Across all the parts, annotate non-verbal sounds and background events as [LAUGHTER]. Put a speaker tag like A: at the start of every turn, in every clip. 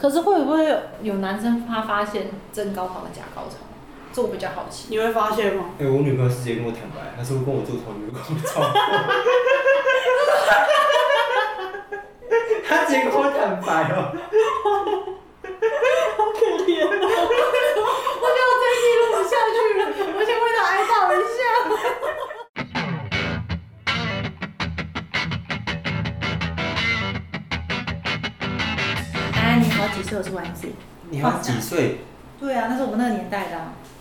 A: 可是会不会有男生他发现真高潮和假高潮？这我比较好奇。
B: 你会发现
A: [LAUGHS]
B: 吗？
C: 哎、我女朋友直接跟我坦白，她说跟我做同女跟我吵，她直接跟我坦白哦、
B: 好可怜啊！
A: 我觉得我这一集录不下去了，我先为他哀悼一下。哎，你好几岁？我是丸子。
C: [LAUGHS] 你要几岁？
A: 对啊，那是我们那个年代的、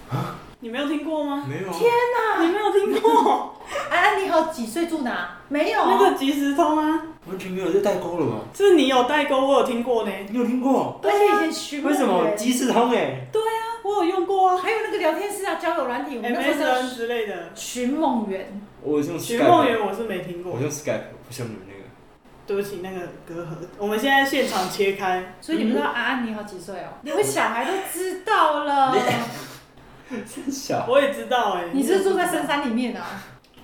A: 啊。
B: 你没有听过吗？
C: 没有啊，
A: 天哪！
B: 你没有听过
A: 安安，你好几岁住哪？没有
B: [LAUGHS] 那个即时通啊？
C: 完全没有，这代沟了吧？
B: 是你有代沟，我有听过呢。
C: 你有听过？
A: 而且以前虚
C: 为什么即时通哎、
B: 对啊，我有用过啊
A: 还有那个聊天室啊，交友软体，我们那时候叫
B: ，MSN 之类的。
A: 寻梦园。
C: 我用
B: 寻梦
C: Skype，
B: 园我是没听过
C: 我，用 Skype，不像你们那个。
B: 对不起，那个隔阂。我们现在现场切开，
A: 所以你不知道安安你好几岁哦？你们小孩都知道了。
C: 真小，
B: 我也知道哎、
A: 你是住在深山里面啊？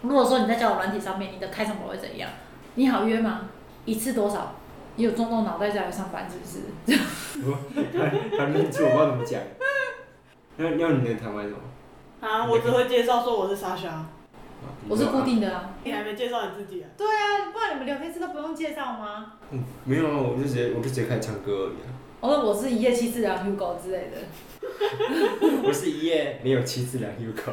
A: 如果说你在交友软体上面，你的开场白会怎样？你好约吗？一次多少？你有中动脑袋在来上班是不是？
C: [LAUGHS] 反正就我不知道怎么讲。要要你的坦白什么？
B: 啊？我只会介绍说我是莎莎，
C: 啊
A: 我是固。定的啊。
B: 你还没介绍你自己啊？
A: 对啊，不然你们聊天室都不用介绍吗？
C: 你说啊嗯没有啊，我就直接我就直接开始唱歌而已啊。
A: 我说哦我是一夜七次郎 Hugo 之类的。
C: [LAUGHS] 我是一夜没有妻子两 U 口，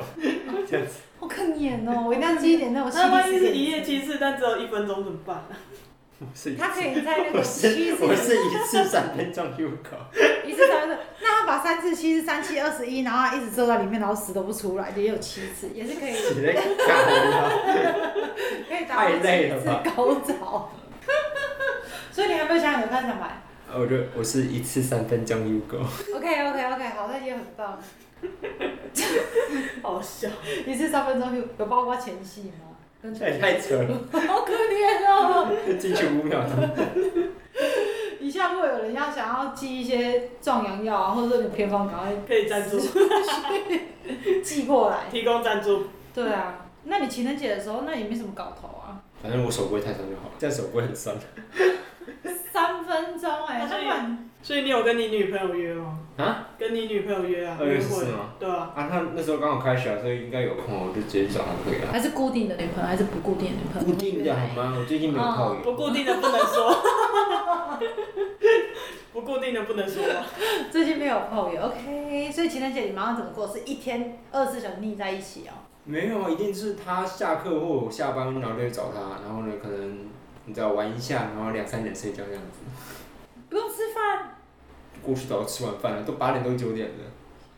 C: 这样子。
A: 好可怜哦，我一定要记一 [LAUGHS] 点那种
B: 那万一是一夜七次，但只有一分钟怎么办？
C: 我是一
A: 他可以在那
C: [LAUGHS] 我
A: 个
C: 是
A: 七
C: 我
A: 次
C: 是一次三分钟 U 口。
A: 一次三次，那他把三次七次三七二十一，然后他一直坐在里面，然后死都不出来的也有七次，也是可以
C: 你在干嘛？
A: 可以达到七次高潮。 [LAUGHS] 所以你还没有想好你的开场白
C: [LAUGHS] 我就我是一次三分钟 U 狗，
A: ？OK OK OK，好，那也很棒。
B: 好笑。
A: 一次三分钟有有包括前戏吗？跟
C: 这也哎太扯了，
A: [LAUGHS] 好可怜哦。
C: 进去五秒钟。
A: 以下如果有人要想要寄一些壮阳药啊，或者是你偏方，赶快
B: 可以赞
A: [LAUGHS]
B: 助，
A: 寄过来。
B: 提供赞助。
A: 对啊，那你情人节的时候，那也没什么搞头啊。
C: 反正我手不会太酸就好了，这样手不会很酸。
A: 三分钟哎、
B: 好
A: 那
B: 像也
A: 不然
B: 所以你有跟你女朋友约吗？
C: 啊？
B: 跟你女朋友约啊？
C: 二月
B: 约
C: 十
B: 会
C: 四吗？
B: 对啊。
C: 啊，他那时候刚好开学啊，所以应该有空，我就直接找他可以了。
A: 还是固定的女朋友，还是不固定的女朋友？
C: 固定的好吗？我最近没有泡友。
B: 不固定的不能说， [LAUGHS] 不固定的不能说。
A: 最近没有朋友，OK。所以情人节你马上怎么过？是一天二十四小时腻在一起哦、
C: 没有，啊一定是他下课或我下班，然后就去找他，然后呢，可能你知道玩一下，然后两三点睡觉这样子，
A: 不用吃饭，
C: 过去找他吃晚饭了，都八点多九点了。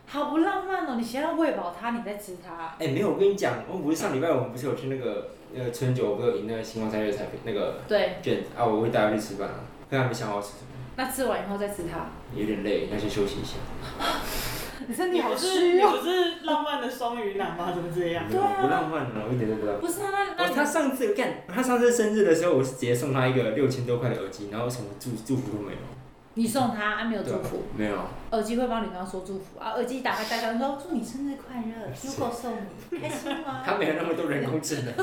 A: 好不浪漫哦、你先要喂饱它，你再吃它。
C: 哎、没有，我跟你讲，我不是上礼拜我们不是有去那个呃春酒，我不是有赢那个星光三月彩那个
A: 对，
C: 卷子啊，我会带他去吃饭啊，但还没想好吃什么，
A: 那吃完以后再吃它。
C: 有点累，要先休息一下。
A: 你身体
B: 你
A: 好
B: 不是
A: 虚
B: 你
A: 哦、
B: 不是浪漫的双鱼男吗？怎么这样？
C: 没有
A: 对啊
C: 不浪漫了，我一点都不浪漫。
A: 不是啊，那那
C: 哦
A: 你
C: 他上次干，他上次生日的时候，我是直接送他一个六千多块的耳机，然后什么祝祝福都没有。
A: 你送它，啊没有祝福，
C: 没有。
A: 耳机会帮你跟他说祝福啊，耳机打开戴上说祝你生日快乐，Hugo
C: [LAUGHS]
A: 送你，开心吗？
C: 他没有那么多人工智
A: [LAUGHS]
C: 能。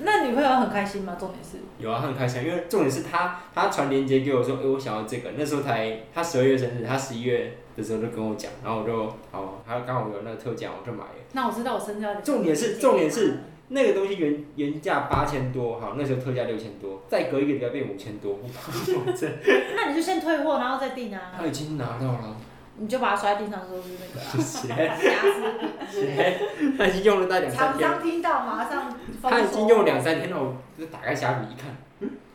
A: 那女朋友很开心吗？重点是，
C: 有啊，他很开心，因为重点是他他传链接给我说，哎、我想要这个。那时候才他十二月生日，他十一月的时候就跟我讲，然后我就哦，他刚好有那个特价，我就买了。
A: 那我知道我生日要。
C: 重点是重点是那个东西原原价八千多，好，那时候特价六千多，再隔一个礼拜变五千多，我这
A: 那你就先退货，然后再订啊，
C: 他已经拿到了，
A: 你就把它摔在地上说是那个啊。瑕
C: 鞋
A: 疵
C: [LAUGHS] 鞋，他已经用了大概两三
A: 厂
C: 天了。
A: 商听到马上封锁。
C: 他已经用两三天了，我就打开虾米一看，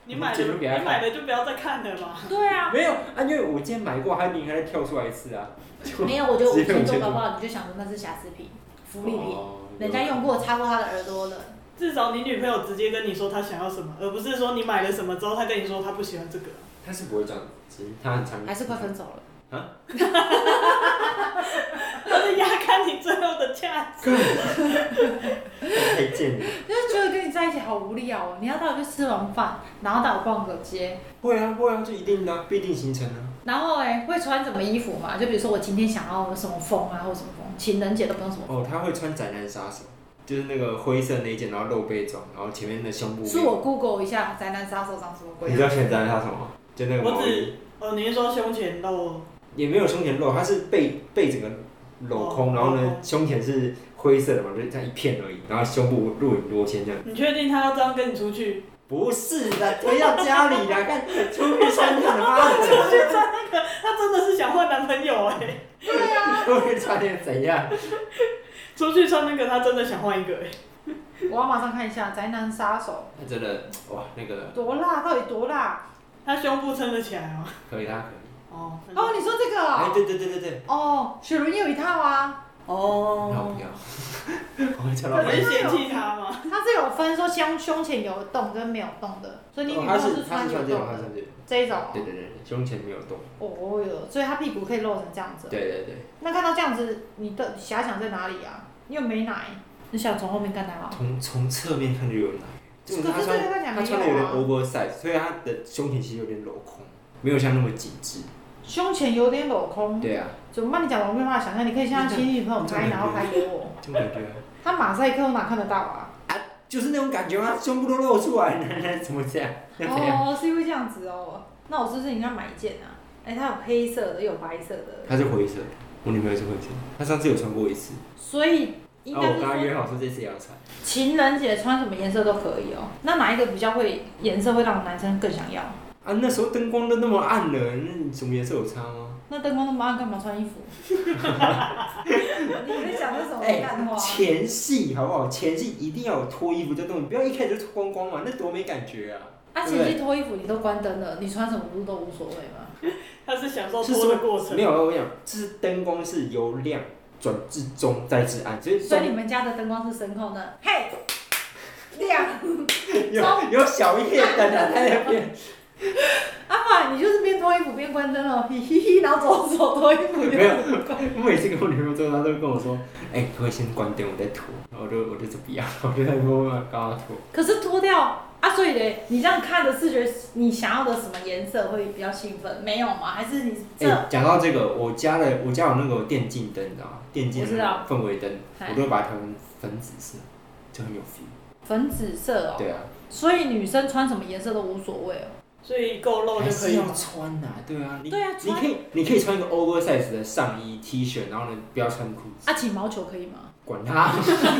B: 你买的
C: 节目
B: 你
C: 给他看
B: 买的就不要再看了嘛。
A: 对啊，
C: 没有啊，因为我今天买过，它明天还跳出来一次啊。 [LAUGHS]
A: 没有，我觉得五
C: 直接
A: 千
C: 用
A: 多
C: 钱
A: 搞不好你就想说那是瑕疵品、福利品，
C: 哦
A: 人家用过、擦过他的耳朵了。
B: 至少你女朋友直接跟你说她想要什么，而不是说你买了什么之后她跟你说她不喜欢这个。
C: 他是不会这样子，他很常
A: 还是快分
C: [LAUGHS]
A: 手了。
C: 啊
B: 她是压看你最后的
C: [LAUGHS]
B: 价值。
C: 太贱了。
A: 就是觉得跟你在一起好无聊哦，你要带我去吃完饭，然后带我逛个街，
C: 会啊会啊，这一定的啊、必定形成啊。
A: 然后哎、会穿什么衣服嘛？就比如说我今天想要什么风啊，或什么风，情人节都不用什么
C: 哦，他会穿宅男杀手，就是那个灰色那一件，然后露背装，然后前面的胸部
A: 风。
C: 没有。
A: 是我 Google 一下宅男杀手长什么鬼啊
C: 你知
A: 样？
C: 道现在宅男杀手吗？就那个毛
B: 啊我只
C: 衣，
B: 哦，你是说胸前露？
C: 也没有胸前露，它是背背整个镂空，
B: 哦
C: 然后呢
B: 哦
C: 胸前是灰色的嘛，就是这样一片而已，然后胸部若隐若现这样。
B: 你确定他要这样跟你出去？
C: 不是的，回到家里啦，看出去穿这样的妈的，
B: 他真的是想换男朋友哎、
C: 出去穿成怎样？
B: 出去穿那个，他真的想换一个哎、
A: 我要马上看一下《宅男杀手
C: 他真的哇，那个》
A: 多辣，到底多
C: [LAUGHS]
A: 辣？
B: 他胸部撑得起来哦吗？
C: 可以，他可以。
B: 哦
A: 哦，你说这个
C: 哎，
A: 哦，
C: 对对对对对，
A: 哦，雪伦也有一套
C: [LAUGHS]
A: 啊，
C: 那我
B: 哦
C: 不，要，我
A: [LAUGHS]
C: 会穿到
B: 可
C: 白
B: 是
C: 色。
B: 嫌弃他吗？
A: 它是有分说胸胸前有洞跟没有洞的，所以你女
C: 哦
A: 朋
C: 他
A: 友
C: 是他
A: 穿
C: 是
A: 有洞
C: 穿这种，他是
A: 的
C: 穿这种，
A: 这一种
C: 对
A: 哦，
C: 对对，胸前没有洞。
A: 哦哟，所以她屁股可以露成这样子。
C: 对对对，
A: 那看到这样子，你的遐想在哪里啊？你有没奶？你想从后面干他吗？
C: 从从侧面看就有奶。就是
A: 可
C: 他
A: 是这
C: 穿
A: 个看
C: 他
A: 起
C: 穿
A: 来
C: 的
A: 没
C: 有点
A: 有啊，
C: oversize，所以他的胸前其实有点镂空，没有像那么紧致。
A: 胸前有点镂空。
C: 对啊，
A: 怎么办？你讲完我没办法想象，你可以现在请你女朋友拍，然后拍给我。
C: 这种感觉啊，
A: 他马赛克我哪看得到啊？
C: 就是那种感觉啊，胸部都露出来了， [LAUGHS] 那怎么这样？那怎样？
A: 哦，是因为这样子哦。那我是不是应该买一件啊？哎、它有黑色的，也有白色的，
C: 它是灰色的，我女朋友是灰色的，她上次有穿过一次，
A: 所以应
C: 然后
A: 该是
C: 我跟她
A: 说
C: 约好说这次也要穿。
A: 情人节穿什么颜色都可以哦。那哪一个比较会颜色会让男生更想要？
C: 啊，那时候灯光都那么暗了，那你什么颜色有差吗？
A: 那灯光那么暗，干嘛穿
C: [LAUGHS]
A: 衣服？你在讲的什么
C: 哎
A: 干话？
C: 前戏好不好？前戏一定要有脱衣服这动作，不要一开始就脱光光嘛，那多没感觉啊！
A: 啊，前期脱衣服你都关灯了，你穿什么不是都无所谓吗？
B: 他是享受
C: 是
B: 脱的过程
C: 没。有，我跟你讲，就是灯光是由亮转至中再至暗，所以
A: 所以
C: 中
A: 你们家的灯光是声控的，嘿，亮。
C: 有 [LAUGHS] 有小夜灯啊在那边。
A: 阿爸，啊你就是边脱衣服边关灯哦， [LAUGHS] 嘿嘿嘿，然后走走脱衣服
C: 没有
A: 边走走。
C: 我每次跟我女朋友做，她都跟我说：“哎、可不可以先关灯，我再脱。”然后我就我就不要，我就在默默地帮她脱。
A: 可是脱掉啊，所以嘞，你这样看的视觉，你想要的什么颜色会比较兴奋？没有吗？还是你
C: 哎、
A: 这？
C: 讲到这个，我家的我家有那个电竞灯，你知道吗？电竞的
A: 我知道
C: 那个氛围灯，
A: 嗨
C: 我都会把它调成粉紫色，就很有 feel。
A: 粉紫色哦，
C: 对啊，
A: 所以女生穿什么颜色都无所谓哦。
B: 所以够露
C: 还
B: 就可
C: 是
B: 以
C: 要
B: 了。
C: 穿呐、对啊，你
A: 对啊
C: 你
A: 穿
C: 可以你可以穿一个 oversize 的上衣 T 恤，然后呢不要穿裤子，
A: 啊，起毛球可以吗？
C: 管 [LAUGHS] 他，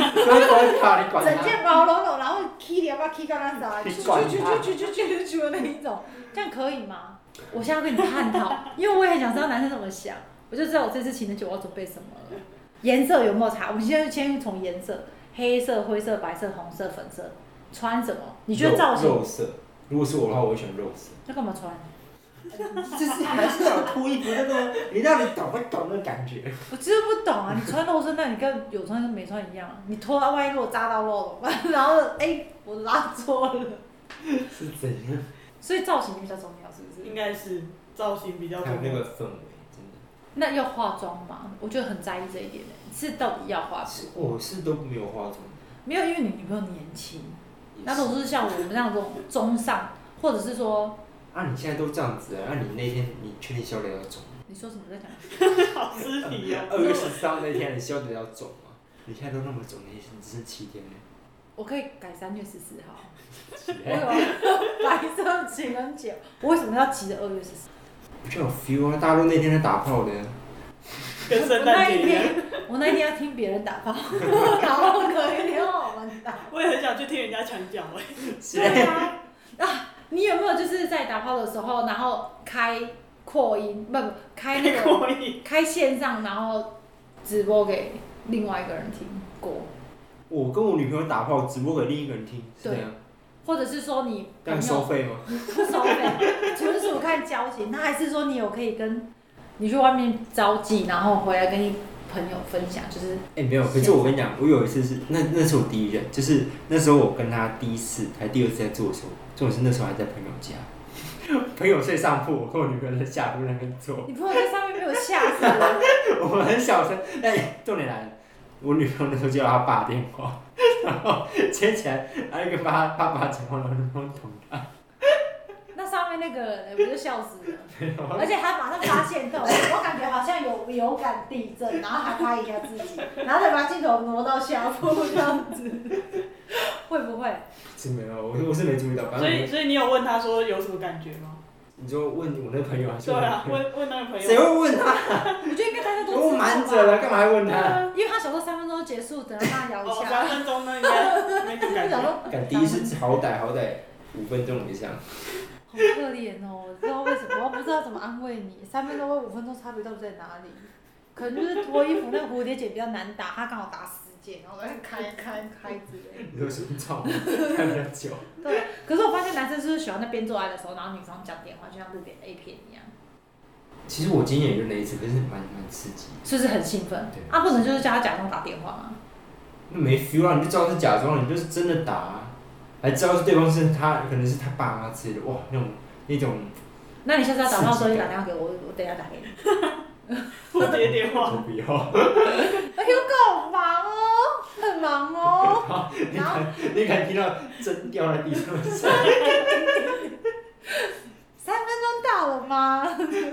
C: 管他，你管
A: 整
C: 他。
A: 件毛茸茸，然后 K 脸把 K 到那啥，
C: 你
A: 去去
C: 管
A: 去
C: 他
A: 去去去去的那一种，这样可以吗？我现在要跟你探 [LAUGHS] 讨，因为我也很想知道男生怎么想，我就知道我这次情人节我要准备什么了。颜色有没有差？我们现在先从颜色，黑色、灰色、白色、红色、粉色，穿什么？你觉得造型
C: 肉色？如果是我的话，我会选肉色。
A: 要干嘛穿？
C: 就是还是要有脱衣服那个，你到底懂不懂那感觉？
A: 我真的不懂啊！你穿肉身，那你跟有穿跟没穿一样啊、你脱啊，万一如果扎到肉怎么办？然后哎、我拉错了，
C: 是怎样？
A: 所以造型比较重要，是不是
B: 应？该是造型比较
C: 还有
B: 重
C: 那
B: 要。
C: 个氛围，真的
A: 那要化妆吗？我觉得很在意这一点欸是到底要化妆？
C: 是我是都没有化妆。
A: 没有，因为你女朋友年轻，
C: 也
A: 那
C: 是
A: 如果是像我们这样这种中上，或者是说
C: 啊，你现在都这样子了，那、你那天你确定消得了 [LAUGHS] 肿？
A: 你说什么在讲？
B: 好尸体哦。
C: 二月十三号那天你消得了肿吗？你现在都那么肿，你只剩七天
A: 我可以改三月十四号，我
C: 了。
A: 有啊白色情人节，我为什么要急着二月十四？
C: 我就有 feel 啊，大家都那天在打炮的，
B: 跟
A: 我
B: 圣
A: 那
B: 诞
A: 一
B: 节一样，
A: 天，我那一天要听别人打
B: [LAUGHS]
A: 炮，然后可以聊我哦们打。
B: 我也很想去听人家墙角
C: [LAUGHS]
B: 哎。
A: 对啊，啊，你有没有就是在打炮的时候，然后开扩音，不不开那个
B: 可以。
A: 开线上，然后直播给另外一个人听过，
C: 我跟我女朋友打炮，直播给另一个人听，是这样，
A: 或者是说你朋
C: 但收
A: 友
C: 费吗？
A: 不收费，纯属看交情。那还是说你有可以跟你去外面招妓，然后回来跟你朋友分享，就是
C: 哎、没有，可是我跟你讲，我有一次是那那是我第一任，就是那时候我跟他第一次还第二次在做的时候，重点是那时候还在朋友家， [LAUGHS] 朋友睡上铺，我跟我女朋友在下铺那边做，
A: 你朋友在上面被我吓死了。
C: [LAUGHS] 我们很小声。哎、重点来了，我女朋友那时候接到他爸电话， [LAUGHS] 然后接起来，然后跟爸爸爸讲话，然后就懵懂他，
A: 那上面那个人我就笑死了，
C: [LAUGHS] 没有啊
A: 而且他马上发现到，我感觉好像有有感地震，然后还拍一下自己，然后再把镜头挪到下铺这样子，会不会？
C: 是没有，我我是没注意到，反
B: 所
C: 正
B: 以，所以你有问他说有什么感觉吗？
C: 你就问我那朋友还是
B: 对
C: 我那
B: 啊，
C: 朋友？
B: 问问那个朋
C: 谁
B: 友，
C: 会问他？
A: 我觉得应该大家都知道
C: 我
A: 吧啊
C: 瞒着了，干嘛还问他？
A: 因为他想说三分钟结束，等到大家摇一
B: 哦，
A: 下。
B: 三分钟呢应该没什么
A: 我
B: 感
A: 想
C: [LAUGHS]
B: 觉。
A: 说
C: 敢第一次好歹好歹五分钟以上，
A: 好可怜哦，我知道为什么，我不知道怎么安慰你。三分钟和五分钟差别到底在哪里？可能就是脱衣服那个蝴蝶结比较难打，他刚好打十结，然后在开开开之类的。
C: 你说什么照吗？看比较久。
A: 对，可是我发现男生是不是喜欢在边做爱的时候，然后女方讲电话，就像日本 A 片一样，
C: 其实我今年也就那一次，可是蛮蛮刺激的。
A: 是不是很兴奋
C: 对？
A: 啊，不能就是叫他假装打电话吗？
C: 那没 feel 啊，你就知道是假装的，你就是真的打、啊，还知道是对方是他，可能是他爸妈之类的，哇，那种那种
A: 那你下次要打炮的时候，你打电话给我，我我等一下打给你。
B: 我接电话，
C: 我不要。
A: 哎呦，好忙哦，很忙哦。
C: 你敢你敢听到针掉在地上的声音？
A: 三分钟到了吗？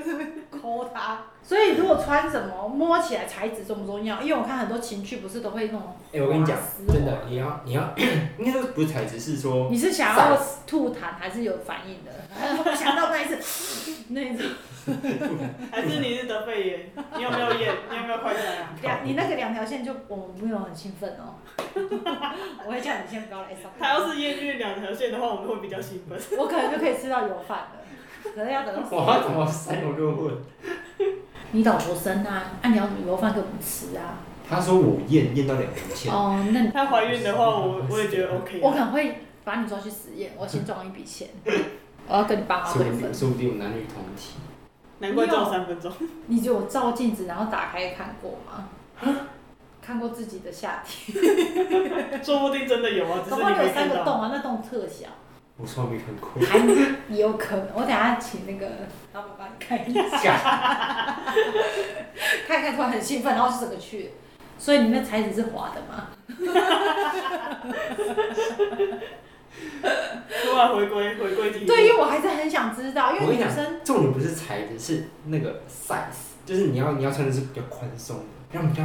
A: [LAUGHS] 抠他。所以如果穿什么摸起来材质重不重要？因为我看很多情趣不是都会那种。
C: 哎、我跟你讲，真的，你要你要，应该说不是材质，是说
A: 你是想要吐痰还是有反应的？ [LAUGHS] 我想到那一次， [LAUGHS] 那一次
B: 还是你是得肺炎？你有没有验？你有没有快筛啊？
A: 两你那个两条线就我们没有很兴奋哦。 [LAUGHS] 我会叫你先不要来上班。
B: 他要是验孕两条线的话，我们会比较兴奋。
A: 我可能就可以吃到油饭了，可能要等到。
C: 我要怎么三我跟我问？
A: 你老婆生啊，啊你要油饭给我们吃啊。
C: 他说我验验到两条线，
A: 哦，那你
B: 她怀孕的话，我我也觉得 OK
A: 我可
B: 啊。
A: 能会把你抓去实验，我先赚一笔
B: [LAUGHS]
A: 钱，我要跟你爸妈
C: 说
A: 对
C: 不
A: 分
C: 定。说不定我男女同体，
B: 难怪只有三分钟。
A: 你觉得我照镜子然后打开看过吗？
B: 啊
A: 看过自己的下体，
B: 说不定真的有啊，只
A: 搞
B: 是
A: 不
B: 你
A: 好有
B: 没
A: 三
B: 看
A: 个
B: 到。
A: 洞啊，那洞特小，
C: 我从来没看过。
A: 还也有可能。我等下请那个老板帮你看一下，看一看突然很兴奋，然后就整个去了。所以你那材质是滑的吗？
B: 突然回归回归题目，
A: 对，因为我还是很想知道，因
C: 我跟
A: 为
C: 你
A: 女
C: 讲
A: 生，
C: 重点不是材质，是那个 size，就是你要你要穿的是比较宽松的，让比较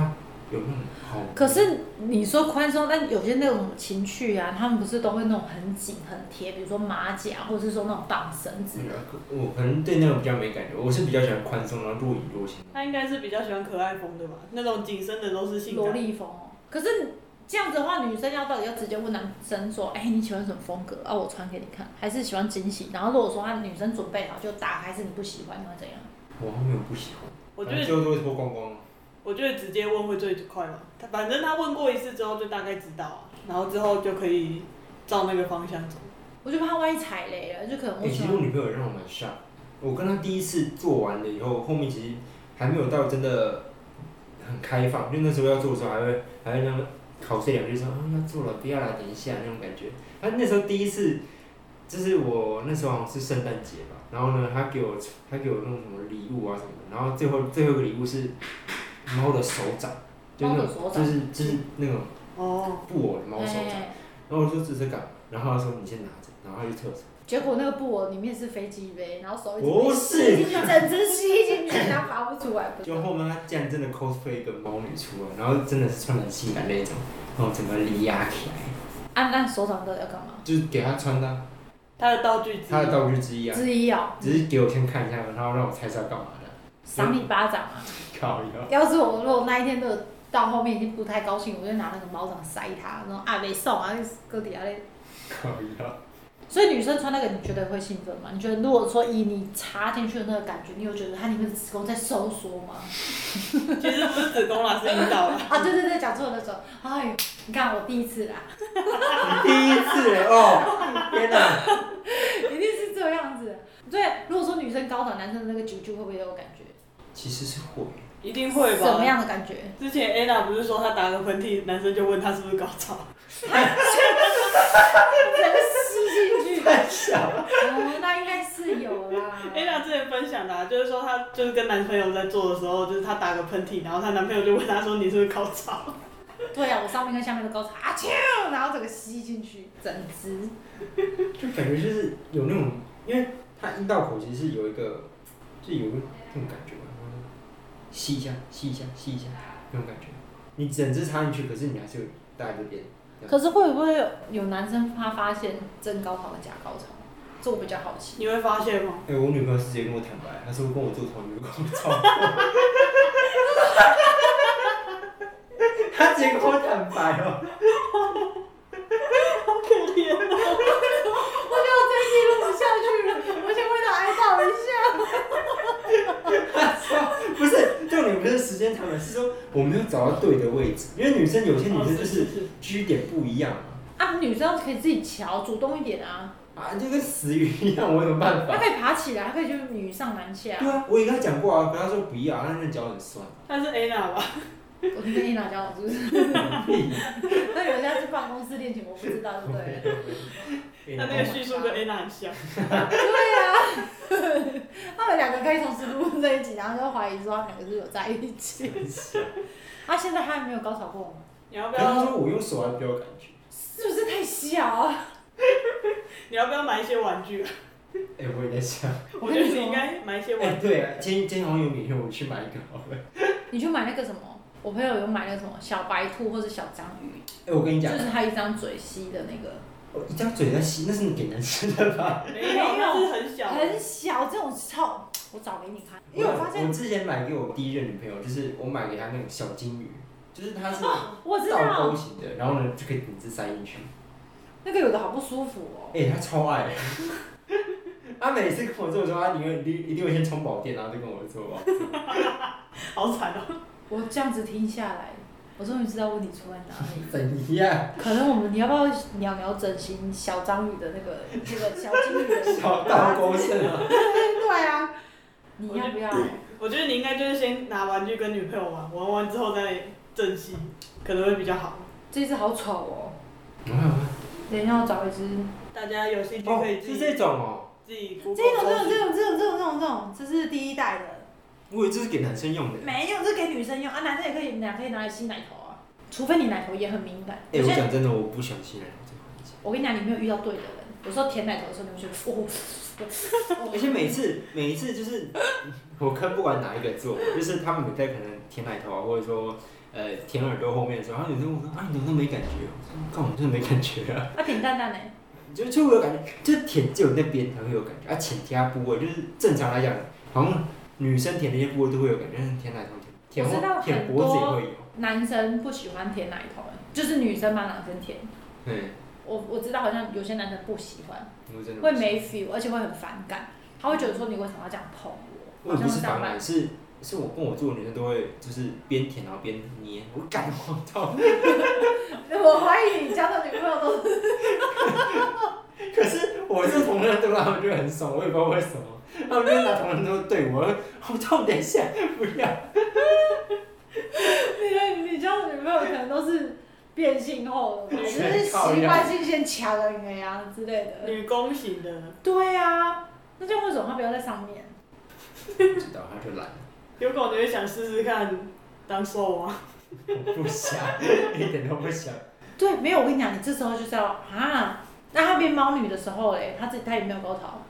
C: 有那种好。
A: 可是你说宽松，但有些那种情趣啊，他们不是都会那种很紧很贴，比如说马甲，或者是说那种绑绳子
C: 嗯我可能对那种比较没感觉，我是比较喜欢宽松，然后若隐若现。
B: 他应该是比较喜欢可爱风的吧？那种紧身的都是性
A: 萝
B: 感。
A: 莉风哦。可是这样子的话，女生要到底要直接问男生说：“哎、你喜欢什么风格啊？我穿给你看。”还是喜欢惊喜？然后如果说他女生准备好就打开，是你不喜欢，你会怎样？
C: 我后面我不喜欢，
B: 我觉
C: 反正
B: 得
C: 最后都会脱光光。
B: 我觉得直接问会最快嘛。他反正他问过一次之后就大概知道啊，然后之后就可以照那个方向走。
A: 我就怕万一踩雷了，就可能
C: 哎、
A: 我喜
C: 其
A: 欢
C: 实我女朋友也让我蛮 shock，我跟她第一次做完了以后，后面其实还没有到真的很开放，因为那时候要做的时候还会还会那样考试两句说啊要做了，不要啦，等一下那种感觉。她那时候第一次，就是我那时候好像是圣诞节吧，然后呢，她给我她给我弄什么礼物啊什么的，然后最后最后一个礼物是猫的手掌，就是那
A: 猫
C: 种
A: 的手掌
C: 就是就是那种
B: 哦，
C: 布偶的猫手
A: 哎、
C: 掌，然后我说只是干嘛，然后她说你先拿着，然后她去厕所。
A: 结果那个布偶里面是飞机杯，然后手一直
C: 不是
A: 进去，整只吸进去，然后拔不出来。不是
C: 就后面他竟然真的 cosplay 一个猫女出来，然后真的是穿得很性感那一种，然后整个离压起来，
A: 按按手掌到底要干嘛？
C: 就是给他穿的
B: 他的道具之一
C: 他的道具之一啊，
A: 之一哦，
C: 只是给我先看一下，然后让我猜是要干嘛的，
A: 赏你巴掌啊！
C: 靠腰，
A: 要是我如果那一天都有到后面已经不太高兴，我就拿那个毛掌塞他，然后啊没送啊，搁底下嘞。
C: 靠腰，
A: 所以女生穿那个，你觉得会兴奋吗？你觉得如果说以你插进去的那个感觉，你有觉得它里面的子宫在收缩吗？
B: 其实不是子宫啦，是阴道啦。
A: [LAUGHS] 啊，对对对，讲错了，说，哎呦，你看我第一次啊，
C: 你第一次哦，天哪，
A: [LAUGHS] 一定是这样子。对，如果说女生高潮，男生的那个啾啾会不会有感觉？
C: 其实是会，
B: 一定会吧？
A: 什么？样的感
B: [LAUGHS]
A: 觉？
B: 之前 Anna 不是说她打个喷嚏，男生就问她是不是高潮？
A: 整个吸进去。
C: 太小了，
A: 哦，那应该是有啦。
B: [LAUGHS] Anna 之前分享的、啊，就是说她就是跟男朋友在做的时候，就是她打个喷嚏，然后她男朋友就问她说你是不是高潮？
A: 对啊，我上面跟下面的高潮啊啾，然后整个吸进去，整只。
C: 就感觉就是有那种，因为他阴道口其实是有一个，就有一个那种感觉吧，然后吸一下，吸一下，吸一下，那种感觉，你整只插进去，可是你还是有大这边。
A: 可是会不会有男生他发现真高潮跟假高潮？这我比较好奇。
B: [LAUGHS] [LAUGHS] 你会发现吗？
C: 哎、我女朋友是直接跟我坦白，她说跟我做同一个工作， [LAUGHS] 她直接跟我坦白哦、
B: 好可怜啊！
A: 我觉得我这一集录不下去了，我想为他哀悼一下。
C: 她说不是重点不是时间长短，是说我没有找到对的位置，因为女生有些女生就是居点不一样嘛，
A: 啊，女生可以自己瞧，主动一点啊，
C: 啊就跟死鱼一样，我有什么办
A: 她
C: 法？
A: 可以爬起来，她可以就是女上男下
C: 对。啊，我也跟她讲过啊，可她说不要，她那脚很酸， [LAUGHS]
B: 但是 Anna 吧，
A: 我跟你哪讲，我是不是？
C: 屁
A: [LAUGHS] 那人家是办公室恋情，我不知道，对不
B: [LAUGHS]
A: 对？
B: 他那个叙述跟 Anna 很像。
A: 对呀、他们两个可以同时录在一起，然后就怀疑说他们两个是有在一起。
B: 啊
A: [LAUGHS] 他、现在还没有高潮过吗？
B: 你要不
C: 可是她
B: 要？
C: 说我用手还比较有感觉，
A: 是不是太小啊？
B: 你要不要买一些玩具啊？
C: 哎、我也在想， [LAUGHS]
A: 我
B: [LAUGHS] 我
A: 跟
B: 觉得
A: 你
B: 你
A: 说
B: 应该买一些
C: 哎、
B: 玩具。
C: 对啊，今天今天好像有米，我去买一个好了。
A: 你去买那个什么？我朋友有买那个什么小白兔或者小章鱼，
C: 哎、我跟你
A: 就
C: 讲，哦
A: 是它一张嘴吸的那个，
C: 我一张嘴在吸，那是你给男生的吧？
B: 没有，那是很小。
A: 很小，这种超，我找给你看， [LAUGHS] 因为我发现
C: 我之前买给我第一任女朋友，就是我买给她那种小金鱼，就是它是
A: [LAUGHS] 我知
C: 倒钩
A: 道
C: 型的，然后呢就可以顶着塞进去。
A: 那个有的好不舒服哦。
C: 哎、她超爱。 [LAUGHS] 她每次跟我做的时候，她宁愿一定一定会先充饱电，然后再跟我做吧。
B: 好惨哦、
A: 我这样子听下来，我终于知道问题出在哪里。
C: 怎样？
A: 可能我们你要不要聊聊整形小章鱼的那个那个小金鱼的？
C: [LAUGHS] 小倒钩是
A: [LAUGHS]
C: 吗？
A: 对啊，你要不要？
B: 我觉得你应该就是先拿玩具跟女朋友玩，玩完之后再正戏，可能会比较好。
A: 这只好丑哦，
C: 有没有
A: 等一下我找一只。
B: 大家有兴趣
C: 哦
B: 可以，自
C: 是
B: 己、
C: 这种哦、
B: 自己
A: 这
B: Google
A: 种这种
B: 搜寻
A: 这种这种这种这种这种，这是第一代的，
C: 我以为这是给男生用的。
A: 没有，这给女生用啊，男生也可以拿可以拿来吸奶头啊，除非你奶头也很敏感。
C: 哎、
A: 有
C: 我
A: 些
C: 讲真的，我不想吸奶头这个环节。
A: 我跟你讲，你没有遇到对的人。有时候舔奶头的时候，你会觉得哦，
C: 而且每次每一次就是，我看不管哪一个做，就是他们有在可能舔奶头啊，或者说呃舔耳朵后面的时候，然后有时候我说啊，你怎么都没感觉？我说干，我真的没感觉啊。 [LAUGHS]
A: 它舔蛋蛋呢，
C: 就就会有感觉，就舔只有那边才会有感觉，啊，舔其他部位就是正常来讲，好像女生舔那些部位都会有感觉，但是舔奶头舔
A: 我知道
C: 舔舔
A: 很
C: 脖子也
A: 多
C: 会有。
A: 男生不喜欢舔奶头，就是女生帮男生舔。
C: 嗯，
A: 我我知道，好像有些男生不喜欢，
C: 我真的
A: 会
C: 不行
A: 没 feel，而且会很反感，他会觉得说你为什么要这样碰我？
C: 我也
A: 好
C: 不
A: 像
C: 是
A: 这样
C: 反
A: 吧
C: 感，是是我跟我做的女生都会就是边舔然后边捏，我感我到。
A: [LAUGHS] 我怀疑你交的女朋友都是
C: 可是我是同人对他们就很爽，我也不知道为什么，他们就拿同人都对我，我到等一下不要。
A: 你的你交的女朋友可能都是变性后的吧，只是习惯性先掐了你的呀之类的。
B: 女工型的，
A: 对啊，那这样为什么他不要在上面？
C: 不知道他就懒，
B: 有可能会想试试看当
A: [LAUGHS]
B: 兽王。
C: 我不想，一点都不想。
A: 对，没有我跟你讲，你这时候就是要啊，那他变猫女的时候嘞，他自己他也没有高潮，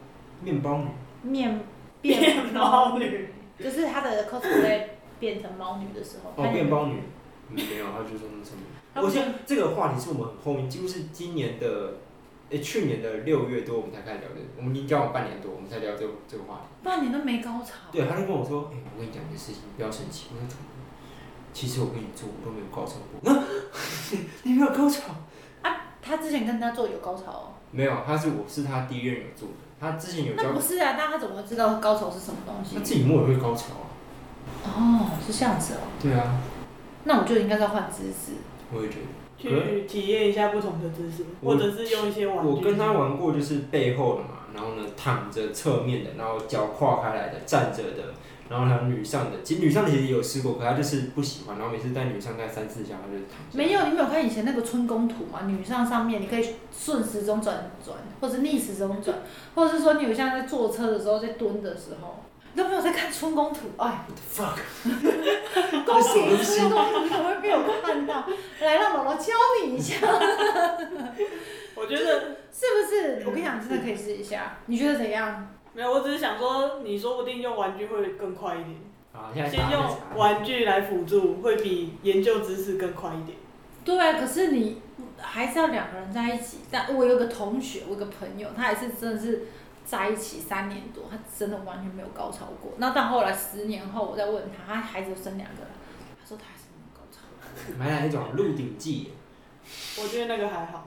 C: 面包女，
A: 面
B: 变猫
C: [LAUGHS]
B: 女，
A: 就是他的 cosplay 变成猫女的时候，
C: 哦，
A: 他也
C: 面包女，没有，他就是那什么。我现在这个话题是我们很后面，几乎是今年的，诶，去年的六月多我们才开始聊的，我们已经交往半年多，我们才聊这个这个话题。
A: 半年都没高潮。
C: 对，他就跟我说：“哎、我跟你讲一件事情，不要生气。”我说：“怎么了？其实我跟你做，我都没有高潮过。啊” [LAUGHS] 你没有高潮？
A: 他之前跟他做有高潮哦，
C: 没有，他是我是他第一任有做的，他之前有
A: 那
C: 教
A: 不，是啊，那他怎么会知道高潮是什么东
C: 他
A: 西？
C: 自己摸也会高潮啊。
A: 哦，是这样子哦，
C: 对啊，
A: 那我就应该再换姿势。
C: 我也觉得。
B: 去体验一下不同的姿势，
C: 我
B: 或者是用一些玩具。
C: 我跟他玩过就是背后的嘛，然后呢躺着侧面的，然后脚跨开来的，站着的，然后还有女上的。其实女上的其实也有试过，可他就是不喜欢，然后每次带女上带三四下，他就是躺着。
A: 没有，你没有看以前那个春宫图吗？女上上面你可以顺时钟转转，或者逆时钟转，或者是说你有像在坐车的时候，在蹲的时候，你都没有在看春宫图，哎，
C: fuck，
A: [LAUGHS] 恭喜你，春宫图怎么会没有看到？来，让姥姥教你一下，
B: 我觉得
A: 是不是？我跟你讲，真的可以试一下，你觉得怎样？
B: 没有，我只是想说，你说不定用玩具会更快一点，
C: 好，现在
B: 先
C: 打
B: 用
C: 再查
B: 玩具来辅助，会比研究知识更快一点。
A: 对啊，可是你还是要两个人在一起。但我有个同学，我有个朋友，他也是真的是在一起三年多，他真的完全没有高潮过。那到后来十年后，我再问他，他孩子生两个了，他说他还是没有高潮。
C: 买哪一种《鹿鼎记
B: 我觉得那个还好，》？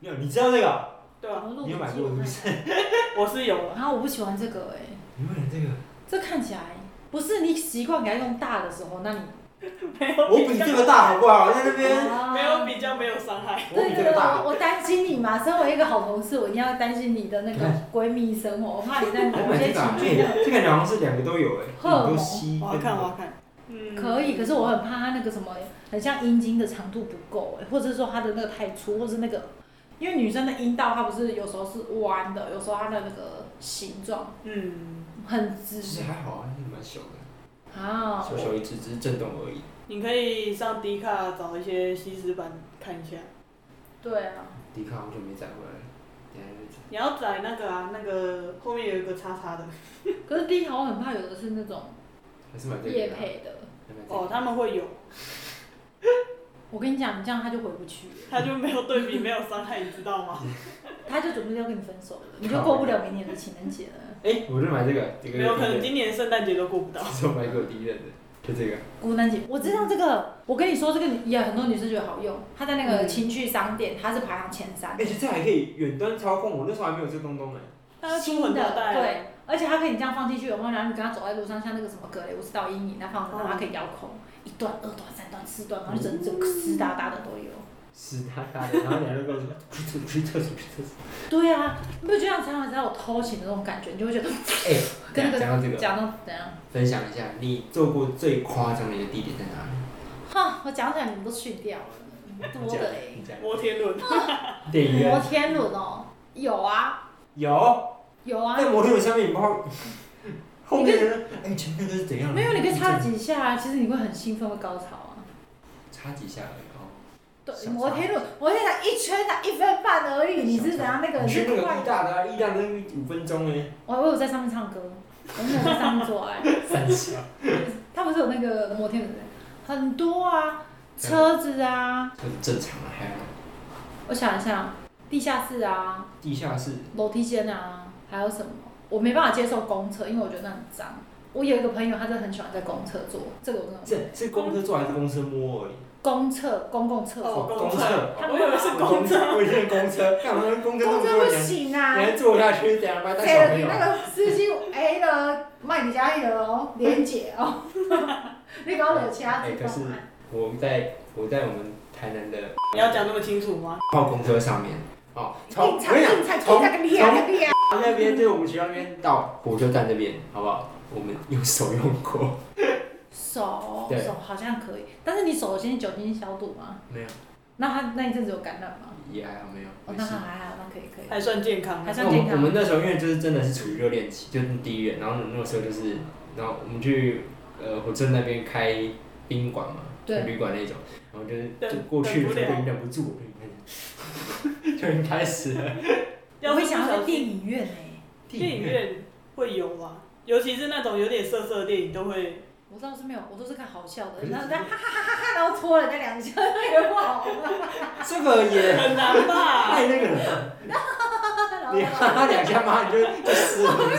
C: 没有，你知道这个？
B: 对吧、
A: 然后录
C: 你有买
A: 影
C: 过
A: 机
C: 是不
A: 我
C: 是？
B: 我是有了，
A: [LAUGHS] 然后我不喜欢这个哎、
C: 你买这个？
A: 这看起来不是你习惯给他用大的时候，那你
B: 没有
C: 我比
B: 比较
C: 这个大好不好？在那边，
B: 没有
A: 啊
B: 比较没有伤害。
C: 我
A: 对
C: 比这
A: 对
C: 个
A: 对，
C: 大。
A: 我我担心你嘛，身为一个好同事，我一定要担心你的
C: [LAUGHS]
A: 那个闺蜜生活，我怕你在
C: 我
A: 某
C: 买
A: 些
C: 这个啊，
A: 情绪
C: 哎，这感觉好像是两个都有哎，
A: 荷尔蒙
C: 很多吸。
B: 我要看，我要看。嗯，
A: 可以，可是我很怕它那个什么，很像阴茎的长度不够、欸，或者说它的那个太粗，或是那个，因为女生的阴道它不是有时候是弯的，有时候它的那个形状
B: 嗯，
A: 很直
C: 其实还好啊，蛮小的，
A: 啊，
C: 小小一只，只是震动而已。
B: 你可以上 D 卡找一些西施版看一下。
A: 对啊，
C: 迪卡好久没载回来了，等一下再载。
B: 你要载那个啊，那个后面有一个叉叉的。
A: 可是第一条我很怕有的是那种
C: 还是买这
A: 夜
C: 个啊。
A: 配的，
C: 还买这个
B: 哦，他们会有，
A: 我跟你讲，你这样他就回不去了，
B: 他就没有对比，没有伤害，你知道吗？
C: [LAUGHS]
A: 他就准备要跟你分手了，你就过不了明年的情人节了。
C: 哎，我就买这个，这个
B: 没有可能
C: 第一
B: 今年圣诞节都过不到。
C: [LAUGHS] 任，是我买给我第一任的，就这个。
A: 孤单姐，我知道这个，我跟你说，这个也很多女生觉得好用，它在那个
B: 嗯
A: 情趣商店，它是排行前三。
C: 而且哎这还可以远端操控，我那时候还没有这东东哎。
B: 他要出
A: 新
B: 很多啊
A: 的，
B: 袋。
A: 对，而且它可以这样放进去，有没有？然后你跟他走在路上，像那个什么格雷乌斯道阴影，那放着，
C: 嗯
A: 然后它可以遥控，一段、二段、三段、四段，然后就整整湿哒哒的都有。
C: 湿哒哒的，然后两个告诉我去厕所，去厕所，去厕所。
A: 对啊，你不觉得这样常常在我偷情的那种感觉，你就会觉得
C: 哎，
A: [LAUGHS] 跟那
C: 等一
A: 个
C: 下讲到这个，
A: 讲到怎样？
C: 分享一下你做过最夸张的一个地点在哪里？
A: 哈，我讲起来你们都去
C: [LAUGHS]
A: 掉了，
C: 啊
A: 多的嘞
C: 你。讲。
B: 摩天轮，
C: 电影
A: 摩
C: 院
A: 天轮哦，有啊，
C: 有，
A: 有啊，
C: 在摩天轮上面你不知道，后面的人哎，前面那个是怎样的？
A: 没有你可以插
C: 插
A: 几下啊，其实你会很兴奋，会高潮啊。
C: 插几下而已哦。
A: 对，
C: 小
A: 摩
C: 插
A: 天轮，摩天轮一圈才一分半而已，你是怎样那个？
C: 你去那
A: 是
C: 个
A: 快
C: 意大的啊，意大那个五分钟哎，
A: 我我有在上面唱歌，我没有在上面做爱。
C: 三小。
A: 他不是有那个摩天轮，很多啊，车子啊，
C: 很正常啊，还有
A: 我想一下，地下室啊，
C: 地下室，
A: 楼梯间啊，还有什么？我没办法接受公厕，因为我觉得那很脏。我有一个朋友，他真的很喜欢在公厕做，这个我真的
C: 这是公车坐还是公车摸而已？
A: 公厕公共厕所，
B: 哦公
C: 公
B: 厕
C: 厕，
A: 他
B: 我
A: 们
B: 以为是公车。
C: 车，我以为
A: [LAUGHS]
C: 公车，干嘛公车那
A: 公厕
C: 么多
A: 不
C: 人？
A: 行
C: 你
A: 啊。
C: 还坐下去，等下把他当小
A: 谁
C: 朋
A: 你
C: 友。
A: 那个司机哎了，卖你家那个哦，莲姐哦，你搞惹其他
C: 哎
A: 地
C: 可是
A: 方啊？
C: 我在我在我们台南的
B: 你要讲那么清楚吗？
C: 号公车上面，哦，从我
A: 硬
C: 跟你
A: 踩
C: 讲，
A: 硬踩，
C: 从
A: 那个脸那个脸。
C: 从那边就是我们学校那边到火车站那边，好不好？我们用手用过，
A: 手
C: 对
A: 手好像可以，但是你手先酒精消毒吗？
C: 没有，
A: 那他那一阵子有感染吗？
C: 也还好没有，
A: 哦，
C: 没
A: 那
C: 事
A: 还。好，那可以可以。
B: 还算健康
A: 还。算
C: 那我
A: 健
C: 们
A: 康
C: 我们那时候因为就是真的是处于热恋期，就是第一任，然后我们那时候就是，然后我们去呃火车站那边开宾馆嘛，
A: 对
C: 旅馆那种，然后就是
B: 等
C: 就过去的时候
B: 等不了
C: 就忍不住，
A: [LAUGHS]
C: 就已经开始就已经开始了。
A: 我会想要在
B: 要是不小
A: 电
B: 心
A: 影院哎、
B: 电影院会有啊，尤其是那种有点色色的电影都会。
A: 我倒是没有，我都是看好笑的
C: 可，是
A: 然后在哈哈哈哈哈，然后戳人家两下，也不好嘛。
C: 这个 [LAUGHS] 也
B: 很难吧？
C: 太哎那个了，
A: 然
C: 你哈
A: 后
C: 哈两下嘛，你就就死了，不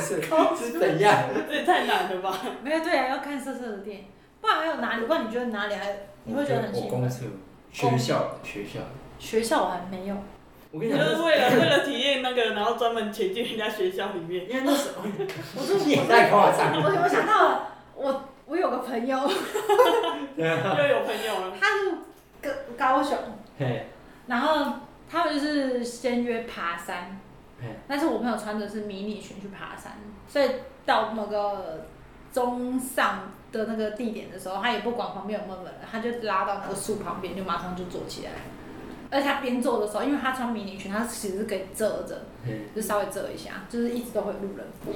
C: 是是怎样？
B: 这也太难
A: [LAUGHS]
B: 了吧？
A: [LAUGHS] 没有对啊，要看色色的电影，不然还有哪里？不然你觉得哪里还你会觉得很
C: 我
A: 兴
C: 公
A: 奋？
C: 厕，学校学校，
A: 学校我还没有，
C: 我跟
B: 你
C: 你
B: 就
C: 讲，
B: 是为了为了体验那个，然后专门潜进人家学校里面。
C: 因为那时候
A: 我就
C: [LAUGHS] 你也太夸张了，
A: 我我想到了，我我有个朋友，
C: 对啊，
B: 又有朋友了，
A: 他是高高雄，
C: [LAUGHS] 嘿，
A: 然后他们就是先约爬山
C: 嘿，
A: 但是我朋友穿的是迷你裙去爬山，所以到某个中上的那个地点的时候，他也不管旁边有没有人，他就拉到那个树旁边，就马上就坐起来。而且他边坐的时候，因为他穿迷你裙，他其实是可以遮着，
C: 嘿，
A: 就稍微遮一下，就是一直都会有路人播。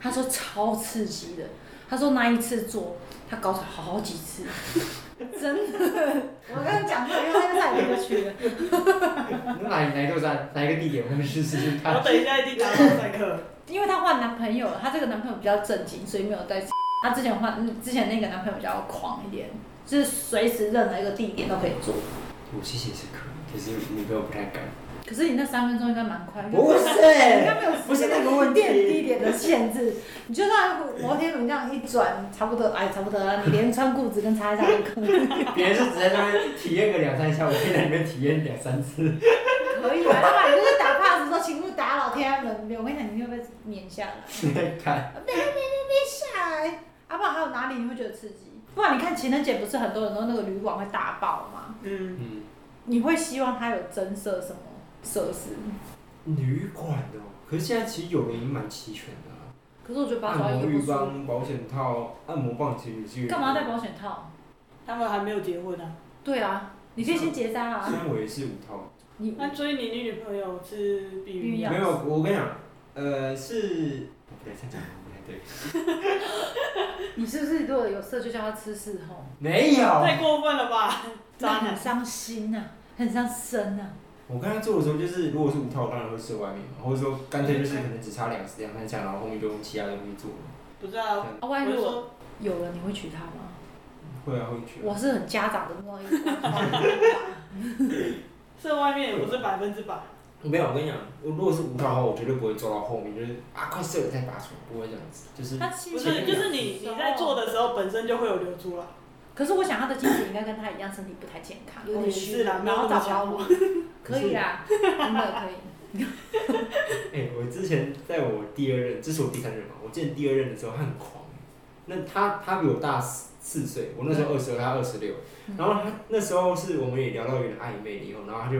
A: 他说超刺激的，他说那一次做他高潮好几次， [LAUGHS] 真的。我跟你讲过，因为他就再也没有去了。
C: 哪里哪一座山哪一个地点，我们去试试
B: 我
C: 看。
B: 等一下一定打马赛克。
A: 因为她换男朋友了，她这个男朋友比较正经，所以没有在。她之前换嗯之前那个男朋友比较狂一点，就是随时任何一个地点都可以做。
C: 我其实也是可以，可是女朋友不太敢。
A: 可是你那三分钟应该蛮快，
C: 不
A: 应
C: 是，
A: 该没有
C: 不是那个问题
A: 点地点的限制，你就算摩天轮这样一转，差不多，哎，差不多了，你连穿裤子跟擦一擦都可以，
C: 别人是只在那边体验个两三下，我可以在里面体验两三次。
A: 可以吧？那你就是打 pass 说，请勿打扰天安门，我跟你讲，你会被撵下来，
C: 你在看，
A: 别别别别下来，啊，不然还有哪里你会觉得刺激？不然你看情人节不是很多人都那个旅馆会大爆吗？
B: 嗯，
C: 嗯，
A: 你会希望它有增设什么设施？
C: 旅馆的哦，可是现在其实有的已经蛮齐全的啊，
A: 可是我觉得八爪
C: 按
A: 鱼
C: 摩
A: 不
C: 浴
A: 舒
C: 缸、保险套、按摩棒，其实你是有
A: 干嘛戴保险套？
B: 他们还没有结婚啊。
A: 对啊，你可以先结扎
C: 虽
A: 啊。
C: 然我也是五套。
A: 你
B: 那所以你女女朋友是避孕
A: 避
B: 药
A: 孕药
C: 没有，我跟你讲，呃，是，对，这样讲不太对，
A: 你是不是如果有色就叫他吃事后？
C: 没
B: 太
C: 有。
B: 过分了吧？
A: 那
B: 渣
A: 很
B: 男，
A: 伤心呐、很伤身呐、啊
C: 我刚才做的时候，就是如果是无套，我当然会射外面嘛，或者说干脆就是可能只差两两三下，然后后面就用其他东西做了。
B: 不知道。
A: 啊，
B: 我
A: 万一
B: 是
A: 如果
B: 说，
A: 有了，你会娶她吗？
C: 会啊，会去啊。
A: 我是很家长的那一种。
B: 这外面也不是百分之百。
C: 没有，我跟你讲，我如果是无套的话，我绝对不会做到后面，就是啊，快射了再拔出来，不会这样子，就是
A: 他心
B: [LAUGHS] 不
A: 情
B: 是，就是你你在做的时候本身就会有流出来。
A: 可是我想他的精神应该跟他一样，身体不太健康，有点虚
B: 是啦
A: 弱，
B: 没有
A: 然后
B: 那
A: 找
B: 么
A: 不到
B: 强
A: 路。可以啊啦，真的可以。
C: 哎、我之前在我第二任，这是我第三任嘛，我见第二任的时候，他很狂。那他他比我大四四岁，我那时候二十二，他二十六。然后他那时候是我们也聊到有点暧昧了以后，然后他就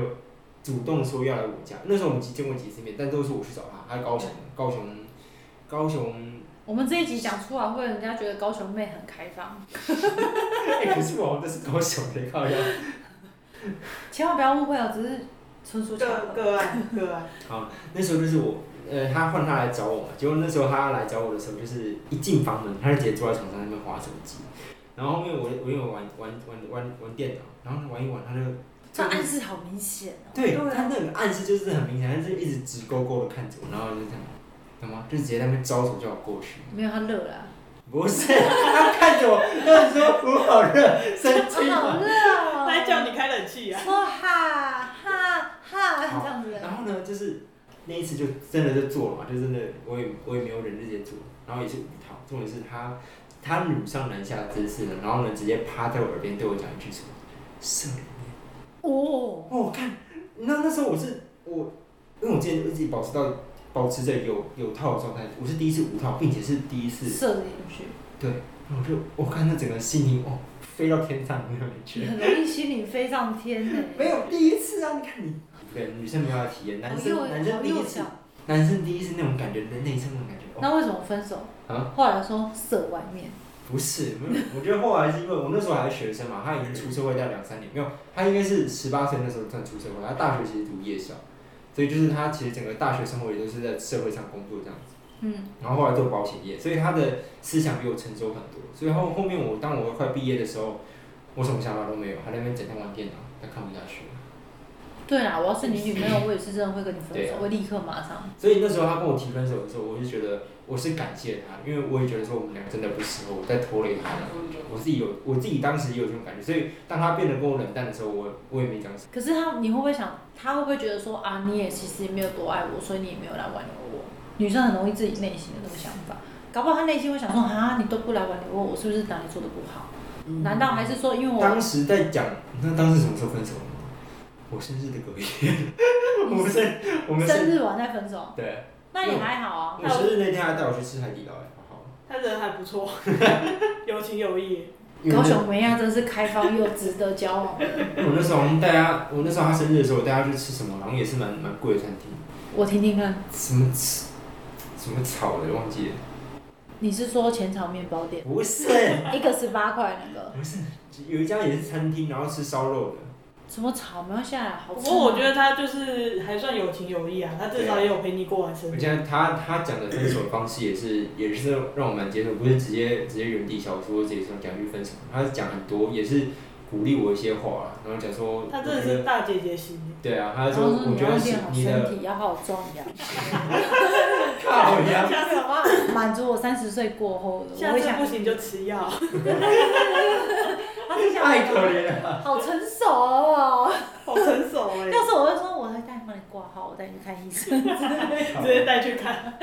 C: 主动说要来我家。那时候我们只见过几次面，但都是我去找他，他在高雄，高雄，高雄。
A: 我们这一集讲出来，会人家觉得高雄妹很开放，
C: [LAUGHS] 哎、可是我那是高雄的，靠呀。
A: 千万不要误会哦，只是纯属巧
B: 个
A: 合。
B: 个案个案，
C: 好，那时候就是我，呃，他换他来找我嘛，结果那时候他来找我的时候，就是一进房门，他就直接坐在床上那边划手机，然后后面我我因为我玩玩玩玩玩电脑，然后玩一玩他就，
A: 这暗示好明显哦。
C: 对
B: 对啊
C: 他那个暗示就是很明显，他就一直直勾勾的看着我，然后我就这样，懂吗？就直接在那边招手叫我过去，
A: 没有他热了啊，
C: 不是，他看着我，他说我好热，生气
A: 好
C: 嘛。
A: 热哦。
B: 他还叫你开冷
A: [LAUGHS]
B: 气啊？
A: 说哈哈
C: 啊
A: 哈这样子。
C: 然后呢，就是那一次就真的就做了嘛，就真的我也我也没有忍，直接做，然后也是五套，重点是他他女上男下的姿势呢，然后呢直接趴在我耳边对我讲一句什么射了你
A: 哦，
C: 哦，我看那那时候我是我，因为我之前一直保持到保持着有有套的状态，我是第一次无套，并且是第一次，
A: 射进去，
C: 然后我就我看那整个心灵哦飞到天上那种感
A: 你
C: 觉，
A: 很容易心灵飞上天呢。
C: 没有第一次啊，你看你对女生没有哦要体验，
A: 好
C: 男
A: 幼
C: 生男生
A: 好
C: 第一
A: 幼
C: 次
A: 小。。
C: 男生第一次那种感觉，那那一次那种感觉，哦
A: 那为什么分手？
C: 啊
A: 后来说射外面，
C: 不是，没有，我觉得后来是因为我那时候还是学生嘛，他已经出社会大概两三年，没有，他应该是十八岁那时候算出社会，他大学其实读夜校，所以就是他其实整个大学生活也都是在社会上工作这样子，
A: 嗯，
C: 然后后来做保险业，所以他的思想比我成熟很多，所以后后面我当我快毕业的时候，我什么想法都没有，还在那边整天玩电脑，他看不下去了。
A: 对啦，我要是你女朋友，我也是真的会跟你分
C: 嗯对
A: 手，
C: 啊
A: 会立刻马上。
C: 所以那时候他跟我提分手的时候，我就觉得我是感谢他，因为我也觉得说我们俩真的不适合，我在拖累他。我自己有，我自己当时也有这种感觉，所以当他变得跟我冷淡的时候，我我也没讲什么。
A: 可是他，你会不会想，他会不会觉得说啊，你也其实也没有多爱我，所以你也没有来挽留我？女生很容易自己内心的那个想法，搞不好她内心会想说啊，你都不来挽留我，我是不是哪里做的不好？难道还是说因为我
C: 嗯当时在讲，那当时什么时候分手的吗？我生日的
A: [LAUGHS]
C: 隔夜，我们生我们
A: 生
C: 生
A: 日完再分手？
C: 对，
A: 那也还好啊。
C: 我生日那天他带我去吃海底捞，哎，好好。
B: 他人还不 [LAUGHS] 错，有情有义。
C: 因为
A: 高
C: 那
A: 雄梅亚真是开放又值得交往的。
C: 因为我那时候好像带他，我那时候他生日的时候，我带他去吃什么，好像也是蛮蛮贵的餐厅，
A: 我听听看，
C: 什么吃什么炒的忘记了，
A: 你是说浅草面包店
C: 不是。
A: 一个十八块那个
C: 不是，有一家也是餐厅，然后吃烧肉的。
A: 什么炒苗下来啊好
B: 不
A: 吃吗？
B: 过我觉得他就是还算有情有义啊，他至少也有陪你过完生
C: 而
B: 日。
C: 且他他讲的分手方式也是也是让我蛮接受，不是直接直接原地消失，或直接说讲一句分手，他是讲很多也是鼓励我一些话啦，然后讲说
B: 他真的
C: 我觉
B: 是
C: 得
B: 大姐姐型，
C: 对啊，他
A: 然
C: 说
A: 后说
C: 我
A: 你
C: 觉
A: 要
C: 得是
A: 练好
C: 你 [LAUGHS] 的
A: 身体，要好好壮阳。
B: [LAUGHS]
C: 靠呀，
B: 下次
A: 啊满足我三十岁过后的，我
B: 下
A: 会
B: 次
A: 想啊
B: 不行就吃药。
A: 他就想 [LAUGHS]
C: 太可怜了。
A: 好成熟哦。
B: 好成熟哎、
A: 要是我会说，我会带你帮你刮挂号，我带你去看医生，
B: [LAUGHS]
C: 好
B: 直接带去看。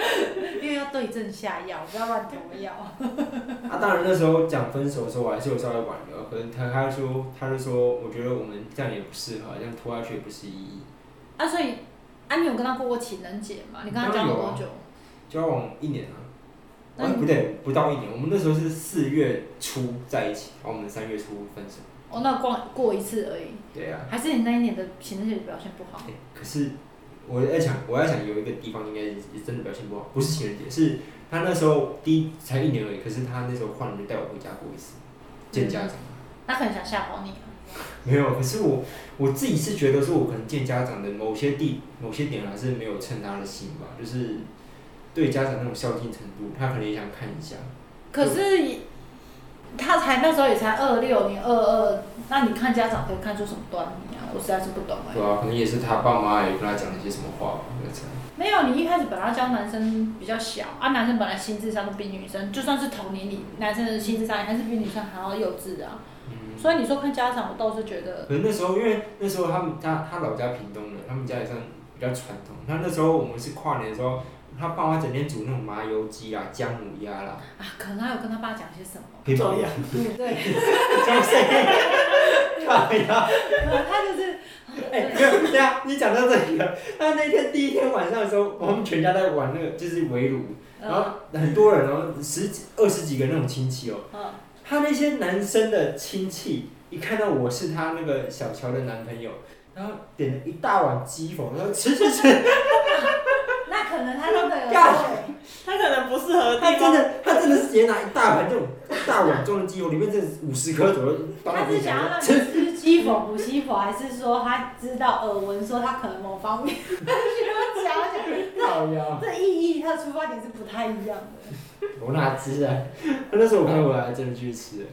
A: 因为要对症下药，不要乱投药。
C: 啊，当然那时候讲分手的时候，我还是有稍微挽留，可是他他说他就说，我觉得我们这样也不适合，这样拖下去也不是意义。
A: 啊，所以啊，你有跟他过过情人节吗？你跟他
C: 当然
A: 交
C: 有
A: 往
C: 啊
A: 多久？
C: 交往一年啊，
A: 那
C: 啊
A: 你
C: 不对，不到一年，我们那时候是四月初在一起，然后我们三月初分手。
A: 哦，那逛过一次而已，
C: 对啊，
A: 还是你那一年的情人节表现不好？
C: 哎可是我在想，我在想有一个地方应该也真的表现不好，不是情人节，是他那时候第一才一年而已，可是他那时候换人带我回家过一次，见家长。啊
A: 他可能想吓跑你啊。
C: [LAUGHS] 没有，可是我我自己是觉得说，我可能见家长的某些地某些点还是没有称他的心吧，就是对家长那种孝敬程度，他可能也想看一下。
A: 可是也他才那时候也才二六，你二二，那你看家长可以看出什么端倪啊？我实在是不懂哎、
C: 对啊，可能也是他爸妈也跟他讲了一些什么话吧，我在猜。
A: 没有，你一开始把他教男生比较小啊，男生本来心智上都比女生，就算是同年龄，男生的心智上还是比女生还要幼稚啊。
C: 嗯，
A: 所以你说看家长，我倒是觉得，
C: 可能那时候因为那时候他们他他老家屏东的，他们家也算比较传统。那那时候我们是跨年的时候，他爸妈整天煮那种麻油鸡啦、姜母鸭啦， [LAUGHS]
A: 啊，可能他有跟他爸讲些什么，
C: 可以
B: 怎么样
A: 对对，
C: 讲谁？ [LAUGHS] 哎呀！
A: 可能他就是，
C: 哎，没有，对啊，你讲到这里了。他那天第一天晚上的时候，我们全家在玩那个就是围炉，然后
A: 呃，
C: 很多人哦，十几、二十几个那种亲戚哦。
A: 嗯
C: 他那些男生的亲戚一看到我是他那个小乔的男朋友，然后点了一大碗鸡粉，然后吃
A: [LAUGHS]
C: 吃吃，
A: 那可能他真的有
C: 干
A: 对
B: 他可能不适合的
C: 他
B: 地
C: 真
B: 方，
C: 的他真的是直接拿一大盘这种大碗装的鸡粉，里面这五十颗左右，当
A: 他
C: 然
A: 是想要让你
C: 吃。
A: 吃鸡否不鸡否，还是说他知道耳闻说他可能某方
C: [LAUGHS]
A: 面需要加强？
C: 好哎呀，
A: 这意义它的出发点是不太一样的。
C: 我哪知啊？那时候我看我还真的去吃了。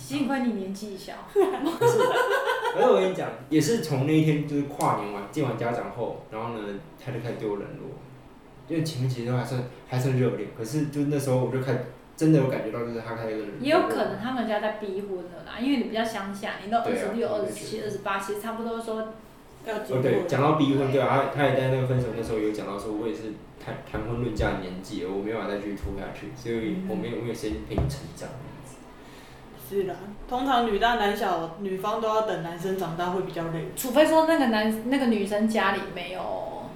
A: 幸亏你年纪小，
C: 不是，而且我跟你讲，也是从那一天就是跨年完见完家长后，然后呢，他就开始对我冷落，因为前面其实都还算还算热恋，可是就那时候我就开始真的有感觉到，就是他开始冷落我
A: 也有可能他们家在逼婚了啦，因为你比较乡下，你到二
C: 对啊
A: 十六、
C: 我
A: 二
C: 也
A: 十
C: 觉
A: 七、二十八，其实差不多说，
B: 要结
C: 哦，对，
B: 婚。
C: 讲到逼婚，对啊，他他也在那个分手那时候有讲到说，我也是谈谈婚论嫁的年纪了，我没办法再继续拖下去，所以我没有我没有时间陪你成长。
B: 是啦，通常女大男小，女方都要等男生长大会比较累。
A: 除非说那个男、那个女生家里没有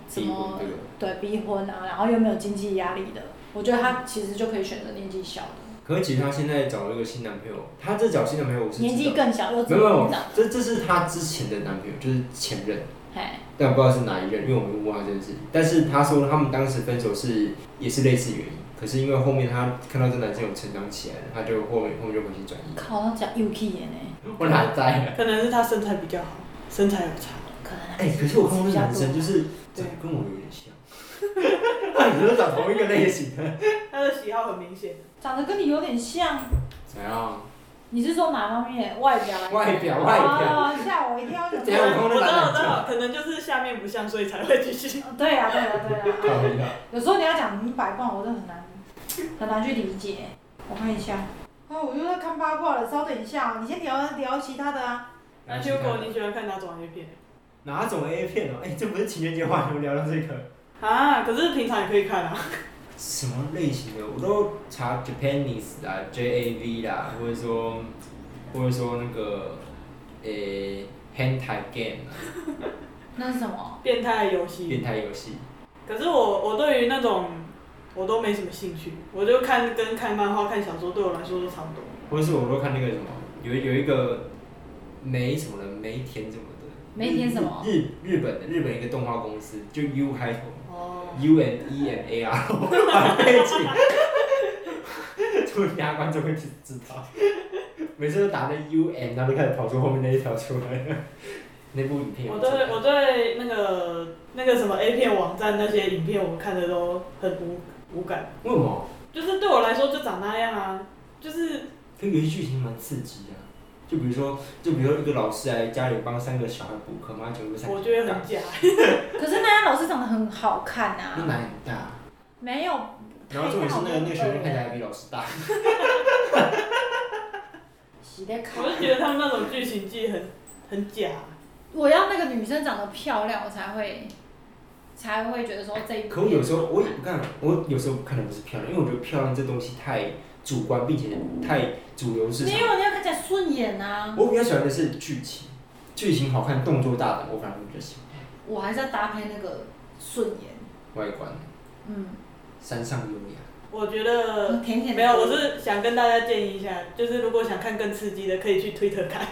A: 什
C: 逼婚
A: 么
C: 对吧？
A: 对逼婚啊，然后又没有经济压力的，我觉得他其实就可以选择年纪小的，
C: 可是其实她现在找了一个新男朋友，她这找新男朋友我是
A: 年
C: 知
A: 纪
C: 道
A: 更小又
C: 没
A: 怎
C: 有没有
A: 么长？，
C: 这这是她之前的男朋友，就是前任。
A: 哎，
C: 但不知道是哪一任，因为我没有问他这件事。但是他说他们当时分手是也是类似原因，可是因为后面他看到这男生有成长起来了，他就后面后面就回心转意。
A: 靠，他讲 UK 的呢，
C: 我哪知道？
B: 可能是他身材比较好，身材有差。
A: 可能
C: 哎、可是我看过那男生就是
B: 对
C: 长得跟我有点像， [LAUGHS] 他们都长同一个类型的。
B: 他的喜好很明显。
A: 长得跟你有点像。
C: 怎样？
A: 你是说哪方面？外表来讲？
C: 外表哎外表
A: 哦，吓我一跳！
C: 这样我
B: 我 [LAUGHS] 知
C: 跟我
B: 道，
C: 男
B: 我
C: 的
B: 知
C: 讲
B: 道，可能就是下面不像，所以才会继续。
A: 对呀、啊，对呀、啊，对呀、啊。
C: 靠一下，
A: 有时候你要讲明白，不然我真的很难很难去理解。哎我看一下。哦，我又在看八卦了，稍等一下、哦，你先聊聊其他的啊。
B: [LAUGHS] 那修狗，你喜欢看哪种 A 片？
C: 哪种 A 片哦、哎、这不是情人节话题，我们聊到这个
B: 啊，可是平常也可以看啊。
C: 什么类型的？我都查 Japanese 啦、JAV 啦，或者说或者说那个诶、hentai
B: 嗯
C: game 啦，
A: 那
C: 嗯
A: 是什么？
B: 变态游
C: 变
B: 戏。
C: 态游戏。
B: 可是我我对于那种我都没什么兴趣，我就看跟看漫画、看小说对我来说都差不多。
C: 或者是我都看那个什么，有有一个梅什么的梅田什么的，
A: 梅田什么
C: 日日本的日本一个动画公司，就 U 开头
B: 哦，
C: ，U N E M A R，放在一起， [LAUGHS] 就大家观众会知知道，每次都打那 U N，然后就开始跑出后面那一条出来。那部影片
B: 我哦
C: 有
B: 对
C: 这个
B: 我对那个那个什么 A 片网站那些影片，我看的都很无无感，
C: 为哦什么？
B: 就是对我来说就长那样啊，就是
C: 可有些剧情蛮刺激的啊、就比如说，就比如说一个老师来家里帮三个小孩补课，妈全部三个
B: 我觉得
C: 大
B: 很假。
A: 可是那家老师长得很好看
C: 那
A: 啊。
C: 奶很大，
A: 没有。
C: 嗯然后重点是那个那个学生看起来还比老师大。
A: 洗的卡
B: 我。就觉得他们那种剧情剧很很假，
A: 我要那个女生长得漂亮，我才会才会觉得说这一
C: 可我有时候我也不看，我有时候看的不是漂亮，因为我觉得漂亮这东西太主观，并且太主流市
A: 没
C: 场。
A: 有，你要看起来顺眼啊。
C: 我比较喜欢的是剧情，剧情好看，动作大胆，我反而比较喜
A: 我还是要搭配那个顺眼，
C: 欢。外观，
A: 嗯，
C: 山上优雅，
B: 我觉得
A: 呃甜甜的。
B: 没有，我是想跟大家建议一下，就是如果想看更刺激的，可以去 Twitter 看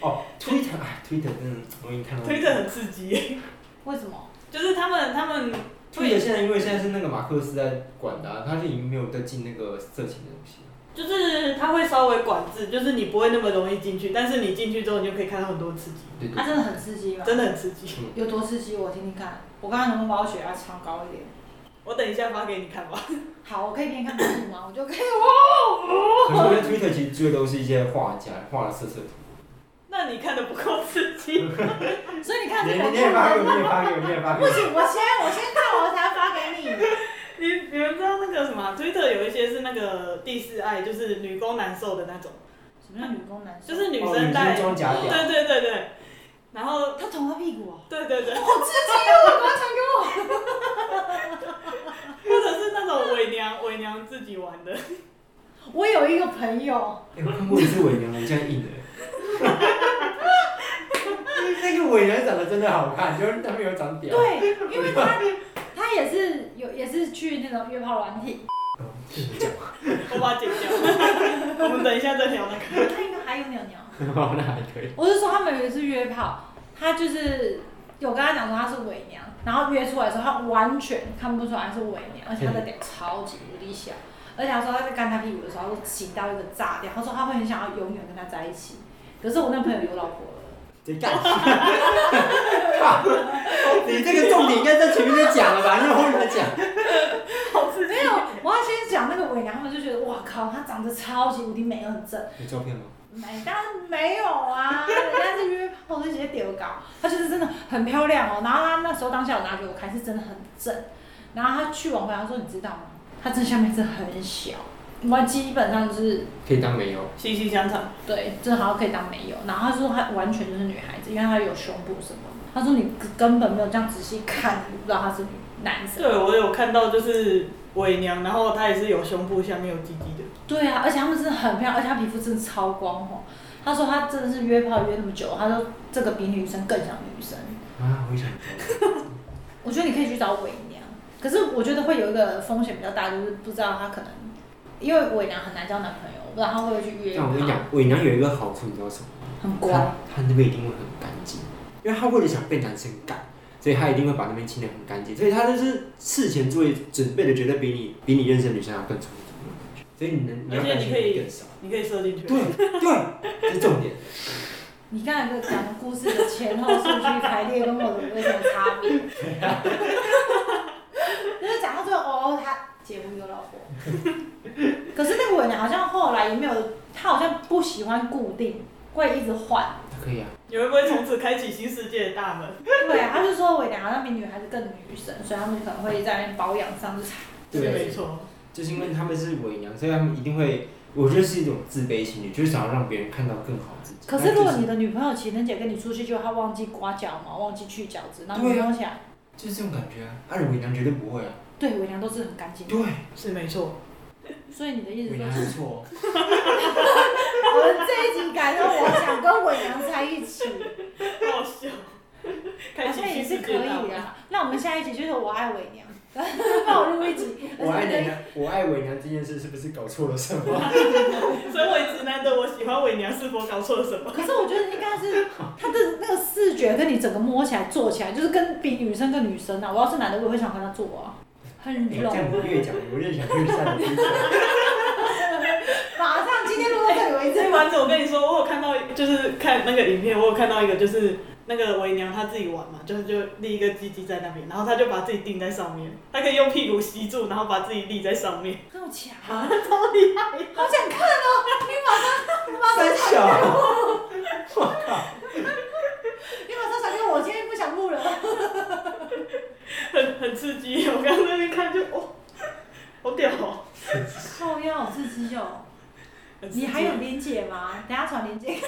C: 哦，Twitter，哎，Twitter 真的，我已经看到。
B: ，Twitter 很刺激，
A: 为什么？
B: 就是他们他们
C: Twitter 现在因为现在是那个马克思在管的、啊，他是已经没有在进那个色情的东西了。
B: 就是他会稍微管制，就是你不会那么容易进去，但是你进去之后，你就可以看到很多刺激，
C: 对
A: 它、
C: 对
A: 真的很刺激吗？
B: 真的很刺激。
A: 有多刺激？我听听看。我刚刚能不能把我血压唱高一点？
B: 我等一下发给你看吧。
A: 好，我可以给你看图吗？我就 [LAUGHS] 可以哇！
C: 可是我在 Twitter 其实追的都是一些画家画的色色图。
B: 那你看的不够刺
C: [LAUGHS]
B: 激，
A: 所以你看
C: 你
A: 这
C: 你
A: 个，
C: 你也发给我，你也发给我，你也发给
A: 不
C: 我。
A: 行，我先我先看完才发给你。
B: 你你们知道那个什么，Twitter 啊有一些是那个第四爱，就是女攻男受的那种，
A: 什么叫女工男？
B: 就是女
C: 哦
B: 生带，
C: 装假屌。
B: 对对对对，然后
A: 他捅他屁股哦，
B: 对对对， [LAUGHS]
A: 好刺激哦！赶快传给我。
B: 或者是那种伪娘伪娘自己玩的，
A: 我有一个朋友，
C: 欸我看过一次伪娘，我这样硬的。 [LAUGHS] 那个伪娘长得真的好看，就是他没有长屌。
A: 对，因为他他也是有也是去那种约炮软体，
C: 哦这是讲
B: 我把它剪掉。 [LAUGHS] 我们等一下再聊那个。
A: 他应该还有鸟鸟。
C: 话，那还可以。
A: 我是说他们有一次约炮，他就是有跟他讲说他是伪娘，然后约出来的时候他完全看不出来是伪
B: 嗯
A: 娘，而且他的屌超级无敌小，而且他说他在干他屁股的时候，他紧到一个炸掉，他说他会很想要永远跟他在一起。可是我那朋友有老婆了，
C: 这干？靠你这个重点应该在前面就讲了吧？那后面再讲。
B: [LAUGHS] 好刺激
A: 没有，我要先讲那个伪娘，他们就觉得哇靠，她长得超级无敌美，又很正。
C: 有照片吗？
A: 没，当然没有啊，人家是约炮就直接丢稿，她就是真的很漂亮哦。然后她那时候当下我拿给我看，是真的很正。然后她去完回来，她说你知道吗？她这下面真的很小，完基本上就是
C: 可以当没有。
B: 息息相长，
A: 对，正好可以当没有。然后她说她完全就是女孩子，因为她有胸部什么。她说你根本没有这样仔细看，你不知道她是女男生。
B: 对我有看到就是伪娘，然后她也是有胸部下面有鸡鸡的，
A: 对啊，而且他们真的很漂亮，而且她皮肤真的超光滑。她说她真的是约炮约那么久，她说这个比女生更像女生。
C: 啊，我也想
A: 我觉得你可以去找伪娘，可是我觉得会有一个风险比较大，就是不知道她可能，因为伪娘很难交男朋友，我不知道她会不会去约
C: 但我跟你
A: 炮，
C: 讲，伪娘有一个好处，你知道什么吗？
A: 很
C: 她
A: 乖。
C: 她那边一定会很干净，因为她为了想被男生干，所以她一定会把那边清得很干净，所以她就是事前做准备的，绝对比你比你认识的女生要更充足那种感觉，所以你能你要
B: 而且
C: 担
B: 你
C: 心
B: 可以
C: 更少。
B: 你可以射进去。
C: 对对，这是重点。
A: 你刚才讲的故事的前后顺序排列跟我的有什么差别？就是讲到最后，哦，他结婚有老婆， [LAUGHS] 可是那个伪娘好像后来也没有，她好像不喜欢固定，会一直换。
C: 可以啊，
B: 你会不会从此开启新世界的大门？
A: 对啊，她就说伪娘好像比女孩子更女神，所以她们可能会在那边保养上就是
B: 是没
C: 对，
B: 错。
C: 就是因为他们是伪娘，所以他们一定会，我觉得是一种自卑心理，就是想要让别人看到更好自己。
A: 可是如果你的女朋友情人节跟你出去，就她忘记刮脚毛，忘记去角质，然后你
C: 对啊
A: 想起来，
C: 就是这种感觉啊，按伪娘绝对不会啊。
A: 对，伪娘都是很干净的。
C: 对，
B: 是没错，
A: 所以你的意思
C: 伪
A: 说
C: 娘，不错哦。
A: [LAUGHS] 我们这一集改成我想跟伪娘在一起，
B: 好笑，开
A: [LAUGHS] 好
B: 启
A: 像也
B: 新
A: 是
B: 世
A: 可
B: 界的大
A: 以啊
B: 门
A: 的。。那我们下一集就是我爱伪娘， [LAUGHS] 帮我录一集，
C: 我
A: 而
C: 爱
A: 且
C: 伪
A: 你
C: 娘，我爱伪娘这件事是不是搞错了什么？
B: 身为直男的我，喜欢伪娘是否搞错了什么？
A: 可是我觉得应该是她的那个视觉跟你整个摸起来、做起来，就是跟比女生跟女生啊，我要是男的，我也会想跟她做啊，很
C: 哎
A: 柔
C: 这。样你越讲，我越想越下 [LAUGHS] 你
A: 马上今天录到这里为止
B: 这。丸子，我跟你说，我有看到，就是看那个影片，我有看到一个，就是那个伪娘她自己玩嘛，就是就立一个鸡鸡在那边，然后她就把自己钉在上面，她可以用屁股吸住，然后把自己立在上面。 [LAUGHS]
A: 这么强啊！
C: 啊，
A: 好想看哦！你马上，你马
C: 三
A: 上，
C: 小，我靠，
A: 你马上传给我，我今天不想录了。
B: 很很刺激，我刚刚在那边看就哦，好屌哦！
A: 靠腰好刺激哦！
B: 很刺
A: 你
B: 激
A: 还有连结吗？等下传连结， [LAUGHS]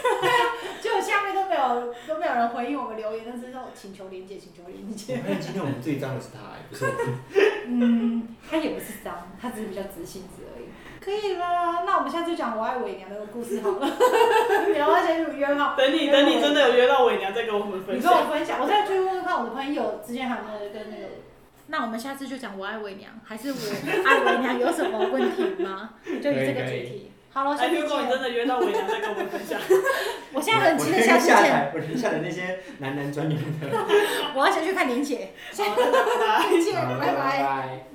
A: 就下面都没有都没有人回应我们留言，但是说请求连结，请求连
C: 我
A: 结。
C: 发现今天我们最脏的是他，哎不是我。
A: 嗯，他也不是脏，他只是比较直性子而已。可以了，那我们下次就讲我爱伪娘的故事好了。 [LAUGHS] 聊到先入约炮，
B: 等你等你真的有约到我，你要再跟我们分
A: 你跟我
B: 享。
A: 分享，我再去问问看我的朋友之间还有没有跟那个。嗯那我们下次就讲我爱伪娘，还是我爱伪娘有什么问题吗？就以这个
C: 可以
A: 主题。好了，下
B: 哎，
A: 次
B: 如果你真
A: 见。
B: 的约到我，你要再跟我们分享。
A: 我现在很期待
C: 我
A: 下次
C: 下
A: 见，
C: 台，我留下的那些男男专员的。
A: 我要先去看林姐。下
B: 好，大家拜拜。
A: [LAUGHS] 次见，拜拜。
C: 拜。